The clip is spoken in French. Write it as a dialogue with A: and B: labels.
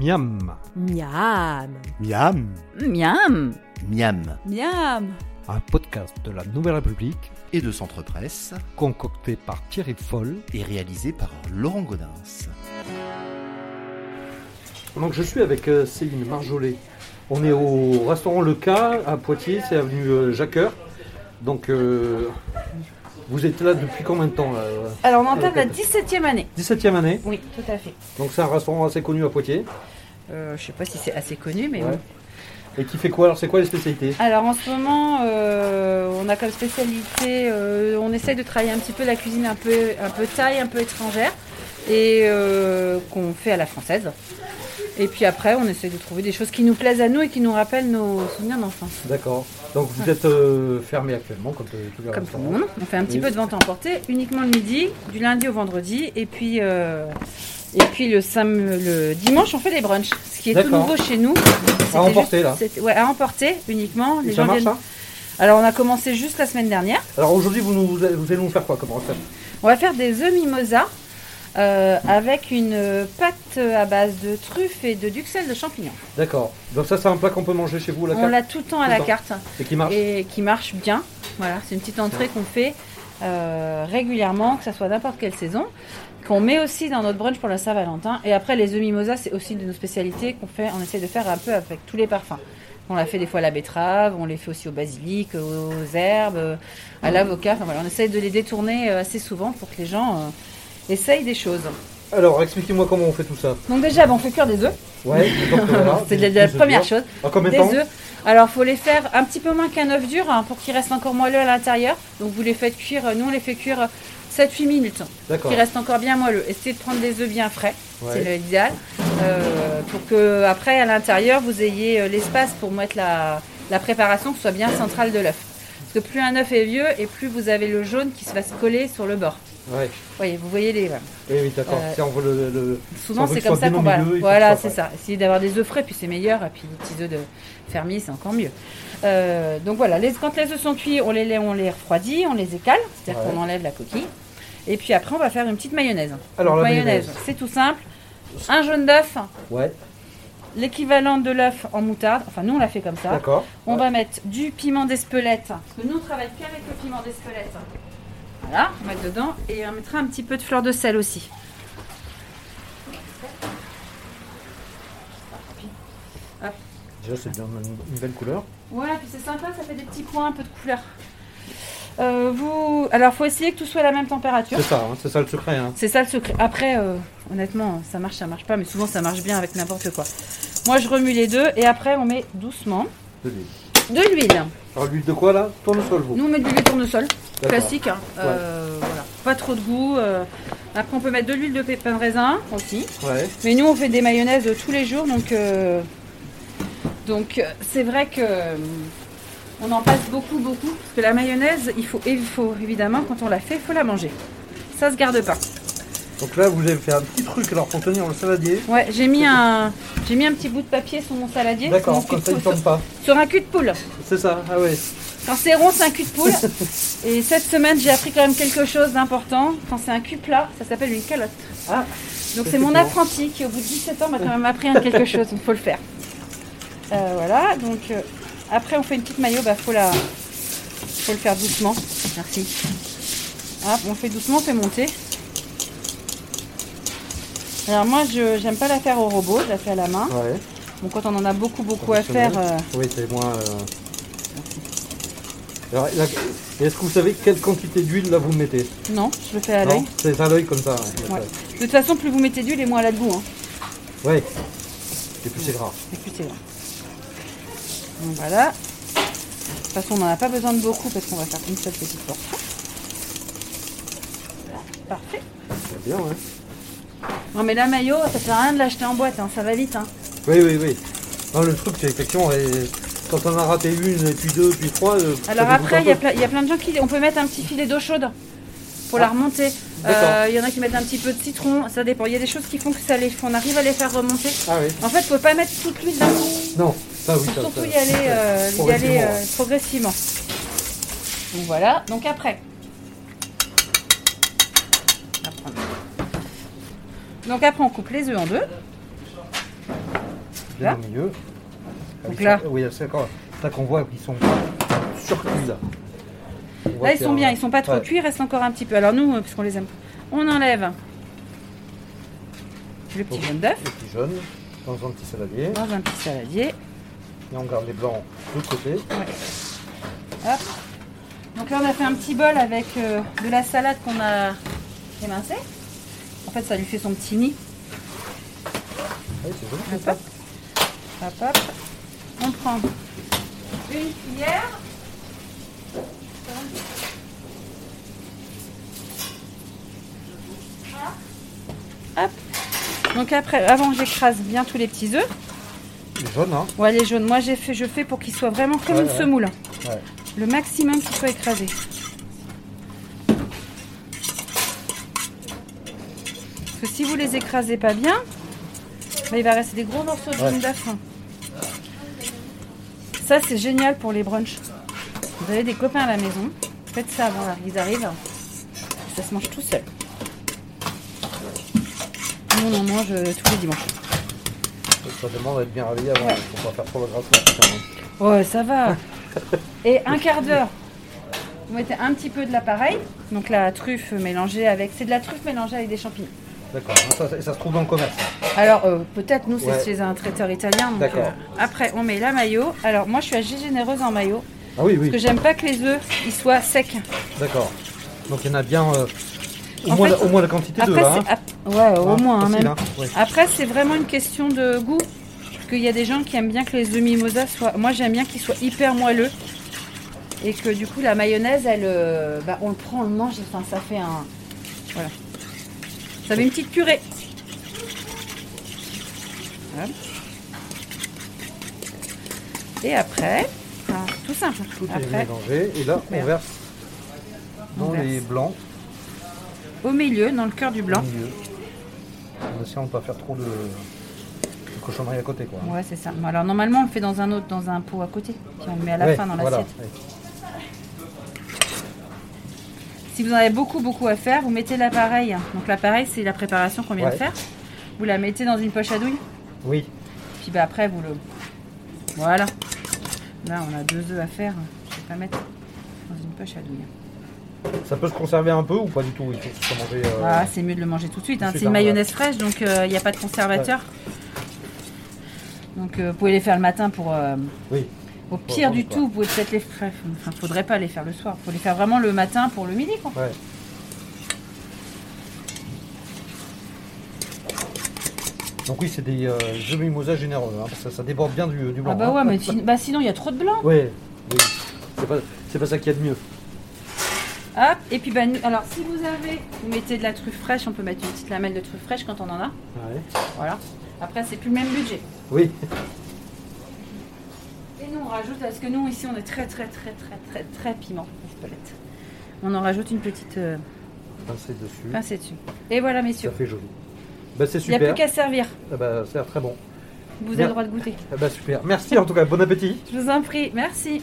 A: Miam.
B: Miam.
C: Miam.
D: Miam.
E: Miam
D: Miam.
A: Un podcast de la Nouvelle République
E: et de Centre Presse
A: concocté par Thierry Foll.
E: est réalisé par Laurent Godin.
A: Donc je suis avec euh, Céline Marjollet. On
D: Ah,
A: est au restaurant Le Cas à Poitiers, c'est avenue euh, Jacqueur. Donc euh, vous êtes là depuis combien de temps là
D: Alors on entame la 17e année.
A: 17e année.
D: Oui, tout à fait.
A: Donc c'est un restaurant assez connu à Poitiers.
D: Euh, je sais pas si c'est assez connu, mais
A: Ouais.
D: bon.
A: Et qui fait quoi Alors c'est quoi les spécialités
D: Alors en ce moment, euh, on a comme spécialité, euh, on essaye de travailler un petit peu la cuisine un peu, un peu thaï, un peu étrangère, et euh, qu'on fait à la française. Et puis après, on essaye de trouver des choses qui nous plaisent à nous et qui nous rappellent nos souvenirs d'enfance.
A: D'accord. Donc vous êtes euh, fermé actuellement comme euh, tous les
D: Comme tout le
A: restaurants.
D: monde, on fait un petit
A: Oui.
D: peu de vente à emporter, uniquement le midi, du lundi au vendredi, et puis, euh, et puis le, sam le dimanche, on fait les brunchs, ce qui est tout
A: D'accord.
D: nouveau chez nous. C'était
A: emporter, là.
D: c'était- Ouais, à emporter uniquement.
A: Et ça marche hein
D: viennent-
A: ça
D: Alors on a commencé juste la semaine dernière.
A: Alors aujourd'hui vous, nous- vous allez vous allez nous faire quoi comme recette
D: On va faire des œufs mimosa euh, avec une euh, pâte à base de truffes et de duxelles de champignons.
A: D'accord. Donc ça c'est un plat qu'on peut manger chez vous à la
D: On
A: carte
D: l'a tout le temps à
A: Tout
D: la
A: le temps.
D: carte
A: et qui marche.
D: et qui marche bien. Voilà, c'est une petite entrée qu'on fait euh, régulièrement, que ça soit n'importe quelle saison, qu'on met aussi dans notre brunch pour la Saint-Valentin. Et après, les œufs mimosa, c'est aussi une de nos spécialités qu'on fait. On essaie de faire un peu avec tous les parfums. On la fait des fois à la betterave, on les fait aussi au basilic, aux herbes, euh,
A: Ah.
D: à l'avocat. Enfin, voilà, on essaie de les détourner euh, assez souvent pour que les gens euh, essayent des choses.
A: Alors expliquez-moi comment on fait tout ça.
D: Donc déjà, bon, on fait cuire des œufs.
A: Ouais. donc, voilà,
D: c'est
A: Ah, des-
D: la, la
A: des œufs
D: première
A: durs.
D: chose.
A: En combien de
D: Des
A: temps
D: œufs. Alors, faut les faire un petit peu moins qu'un œuf dur hein, pour qu'ils restent encore moelleux à l'intérieur. Donc, vous les faites cuire. euh, Nous, on les fait cuire euh, 7-8 minutes
A: D'accord.
D: qu'ils restent encore bien moelleux. Essayez de prendre des œufs bien frais.
A: Ouais.
D: C'est l'idéal. euh, pour que, après, à l'intérieur, vous ayez euh, l'espace pour mettre la, la préparation qui soit bien centrale de l'œuf. Parce que plus un œuf est vieux et plus vous avez le jaune qui se va se coller sur le bord.
A: Ouais.
D: Voyez, vous voyez les. voilà.
A: Oui, oui, d'accord.
D: Euh,
A: C'est on veut le, le-
D: Souvent,
A: Ça veut
D: c'est
A: que ce
D: comme
A: soit
D: ça
A: bien
D: qu'on
A: au
D: va.
A: milieu et
D: Voilà,
A: tout ça,
D: c'est
A: ouais.
D: ça. Essayer d'avoir des œufs frais, puis c'est meilleur. Et puis les petits œufs de fermier, c'est encore mieux. Euh, donc voilà, les, quand les œufs sont cuits, on les, lait- on les refroidit, on les écale, c'est-à-dire
A: Ouais.
D: qu'on enlève la coquille. Et puis après, on va faire une petite mayonnaise.
A: Alors,
D: Donc,
A: la
D: mayonnaise,
A: mayonnaise.
D: c'est tout simple. Un jaune d'œuf,
A: Ouais.
D: l'équivalent de l'œuf en moutarde. Enfin, nous, on l'a fait comme ça.
A: D'accord.
D: On va mettre du piment d'Espelette. Parce que nous, on travaille qu'avec le piment d'Espelette. Voilà, on va mettre dedans. Et on mettra un petit peu de fleur de sel aussi.
A: Déjà, c'est bien une, une belle couleur.
D: Ouais, puis c'est sympa, ça fait des petits points, un peu de couleur. Euh, vous... Alors, faut essayer que tout soit à la même température.
A: C'est ça, hein, c'est ça le secret. Hein.
D: C'est ça le secret. Après, euh, honnêtement, ça marche, ça marche pas, mais souvent ça marche bien avec n'importe quoi. Moi, je remue les deux et après, on met doucement
A: de l'huile.
D: de l'huile.
A: Alors l'huile de quoi là Tournesol vous.
D: Nous, on met de l'huile de tournesol,
A: D'accord.
D: classique. hein. Euh, voilà. Pas trop de goût. euh. Après, on peut mettre de l'huile de pépin de raisin aussi.
A: Ouais.
D: Mais nous, on fait des mayonnaises tous les jours, donc euh, donc euh, c'est vrai que euh, on en passe beaucoup, beaucoup, parce que la mayonnaise, il faut, il faut évidemment quand on la fait, il faut la manger. Ça se garde pas.
A: Donc là, vous avez fait un petit truc alors pour tenir le saladier.
D: Ouais, j'ai mis un j'ai mis un petit bout de papier sur mon saladier.
A: D'accord.
D: sur, mon
A: Comme
D: cul
A: ça,
D: de
A: il ne
D: poule-
A: tourne pas.
D: sur un cul de poule.
A: C'est ça. Ah ouais.
D: Quand c'est rond, c'est un cul de poule. Et cette semaine, j'ai appris quand même quelque chose d'important. Quand c'est un cul plat, ça s'appelle une calotte.
A: Ah.
D: Donc c'est mon apprenti qui, au bout de 17 ans, m'a quand même appris un quelque chose. Il faut le faire. Euh, voilà. Donc euh, après, on fait une petite maillot. Bah, faut la, faut le faire doucement. Merci. Hop, on fait doucement, on fait monter. Alors moi, je j'aime pas la faire au robot. Je la fais à la main.
A: Ouais.
D: Bon, quand on en a beaucoup, beaucoup à faire. euh,
A: Oui, c'est moins. euh, Alors, la- et Est-ce que vous savez quelle quantité d'huile là vous mettez
D: non, je le fais à l'œil.
A: Non C'est à l'œil comme ça. hein. Ouais.
D: Ouais. De toute façon, plus vous mettez d'huile et moins elle a de goût. Hein.
A: Ouais. Et puis c'est gras.
D: Écoutez là. Donc voilà. De toute façon, on n'en a pas besoin de beaucoup parce qu'on va faire une seule petite portion. Voilà, Parfait.
A: C'est bien, ouais.
D: Non mais la maillot, ça sert à rien de l'acheter en boîte, hein, ça va vite. Hein.
A: Oui, oui, oui. Non, le truc, c'est effectivement, euh, quand on a raté une, et puis deux, puis trois. euh, ça
D: Alors
A: dégoûte un
D: après, il y, a
A: peu.
D: plein- il y a plein de gens qui... On peut mettre un petit filet d'eau chaude pour la remonter.
A: Ah. D'accord.
D: Euh, Il y en a qui mettent un petit peu de citron, ça dépend. Il y a des choses qui font que ça les... on arrive à les faire remonter.
A: Ah oui.
D: En fait, faut pas mettre toute l'huile d'un coup.
A: Non, ça, oui,
D: Faut
A: ça.
D: surtout
A: ça-
D: y aller, euh, y
A: Progressivement,
D: aller euh,
A: ouais.
D: progressivement. Donc voilà, donc après. Donc après on coupe les œufs en deux.
A: hein. bien
D: Là
A: au milieu. Ah,
D: Donc
A: ils sont-
D: là.
A: Oui, c'est d'accord. C'est là qu'on voit qu'ils sont surcuits là. On voit
D: Là, ils
A: qu'il y
D: sont
A: a-
D: bien, ils sont pas trop
A: Ouais.
D: cuits, reste encore un petit peu. Alors nous, euh, puisqu'on les aime, on enlève le petit
A: Donc,
D: jaune d'œuf
A: Les petits jaunes dans un petit saladier.
D: dans un petit saladier.
A: Et on garde les blancs de côté. Ah
D: Hop. Donc là, on a fait un petit bol avec euh, de la salade qu'on a émincée. En fait, ça lui fait son petit nid.
A: Oui, c'est joli.
D: Hop, hop. Hop, hop. On prend une cuillère. Hop. Donc après, avant j'écrase bien tous les petits œufs.
A: Les jaunes, hein.
D: Ouais, les jaunes. Moi, j'ai fait, je fais pour qu'ils soient vraiment comme
A: Ouais,
D: une
A: ouais.
D: semoule.
A: Ouais.
D: Le maximum qu'ils soient écrasés. Parce que si vous les écrasez pas bien, bah, il va rester des gros morceaux de
A: Ouais.
D: jaune d'œuf. Ça, c'est génial pour les brunchs. Vous avez des copains à la maison, faites ça avant qu'ils arrivent. Ça se mange tout seul. Nous, on en mange euh, tous les dimanches.
A: Ça demande à être bien réveillé avant. Il
D: Ouais.
A: faut pas faire trop le grattement.
D: Ouais, ça va. Et un quart d'heure, vous mettez un petit peu de l'appareil. Donc la truffe mélangée avec. C'est de la truffe mélangée avec des champignons.
A: D'accord. Ah, Ça, ça- ça se trouve dans le commerce. hein.
D: Alors euh, peut-être, nous, c'est
A: Ouais.
D: chez un traiteur italien. donc,
A: D'accord.
D: euh, après, on met la maillot. Alors moi, je suis assez généreuse en maillot.
A: Ah oui, oui.
D: Parce que j'aime pas que les œufs ils soient secs.
A: D'accord. Donc il y en a bien euh, au,
D: En
A: moins,
D: fait,
A: la- au moins la quantité de
D: Après,
A: là. hein.
D: c'est. ap- Ouais, au
A: Hein,
D: moins, hein,
A: facile,
D: même.
A: hein. Ouais.
D: Après, c'est vraiment une question de goût. Parce qu'il y a des gens qui aiment bien que les œufs mimosa soient. Moi, j'aime bien qu'ils soient hyper moelleux. Et que du coup, la mayonnaise, elle, euh, bah, on le prend, on le mange. Enfin, ça fait un. Voilà. Ça fait une petite purée. Voilà. Et après, enfin, tout simple.
A: Tout est
D: Après,
A: mélangé. Et là, on
D: Merde.
A: verse dans
D: On
A: les
D: verse.
A: blancs.
D: au milieu, dans le cœur du blanc.
A: au milieu. En essayant de ne pas faire trop de, de cochonneries à côté. Quoi.
D: Ouais, c'est ça. Bon, Alors normalement, on le fait dans un autre, dans un pot à côté. Puis on le met à la
A: Ouais,
D: fin dans l'assiette.
A: voilà, ouais.
D: Si vous en avez beaucoup, beaucoup à faire, vous mettez l'appareil. Donc l'appareil, c'est la préparation qu'on vient
A: Ouais.
D: de faire. Vous la mettez dans une poche à douille.
A: Oui,
D: Puis bah, après, vous le... Voilà. Là, on a deux œufs à faire. Je vais pas mettre dans une poche à douille.
A: ça peut se conserver un peu ou pas du tout Il faut que ça soit mangé, euh,
D: Ah, c'est mieux de le manger tout de suite. hein.
A: Ensuite,
D: C'est une
A: hein,
D: mayonnaise fraîche, donc il n'y a pas de conservateur. Donc euh, vous pouvez les faire le matin pour... euh,
A: Oui,
D: Au pire
A: prendre,
D: du
A: quoi.
D: tout, vous pouvez peut-être les faire... Enfin, faudrait pas les faire le soir. Faut les faire vraiment le matin pour le midi, quoi.
A: ouais. Donc oui, c'est des euh, jeux mimosa généreux, hein, parce que ça déborde bien du, du blanc.
D: Ah bah ouais,
A: hein.
D: mais si- bah, sinon, il y a trop de blanc.
A: Ouais, oui. C'est pas, c'est pas ça qu'il y a de mieux.
D: Hop, et puis bah, nous- alors si vous avez, vous mettez de la truffe fraîche, on peut mettre une petite lamelle de truffe fraîche quand on en a. Voilà. Après, c'est plus le même budget.
A: Oui,
D: Et nous, on rajoute, parce que nous, ici, on est très, très, très, très, très, très piment, les Spelettes. On en rajoute une petite euh,
A: pincé dessus.
D: pincée dessus. Et voilà,
A: ça
D: messieurs.
A: fait joli. Bah c'est
D: Il n'y a plus
A: super.
D: qu'à servir.
A: Ah bah, ça a l'air très bon.
D: Vous avez
A: Bien.
D: le droit de goûter.
A: Ah bah super. Merci en tout cas, bon appétit.
D: Je vous en prie. Merci.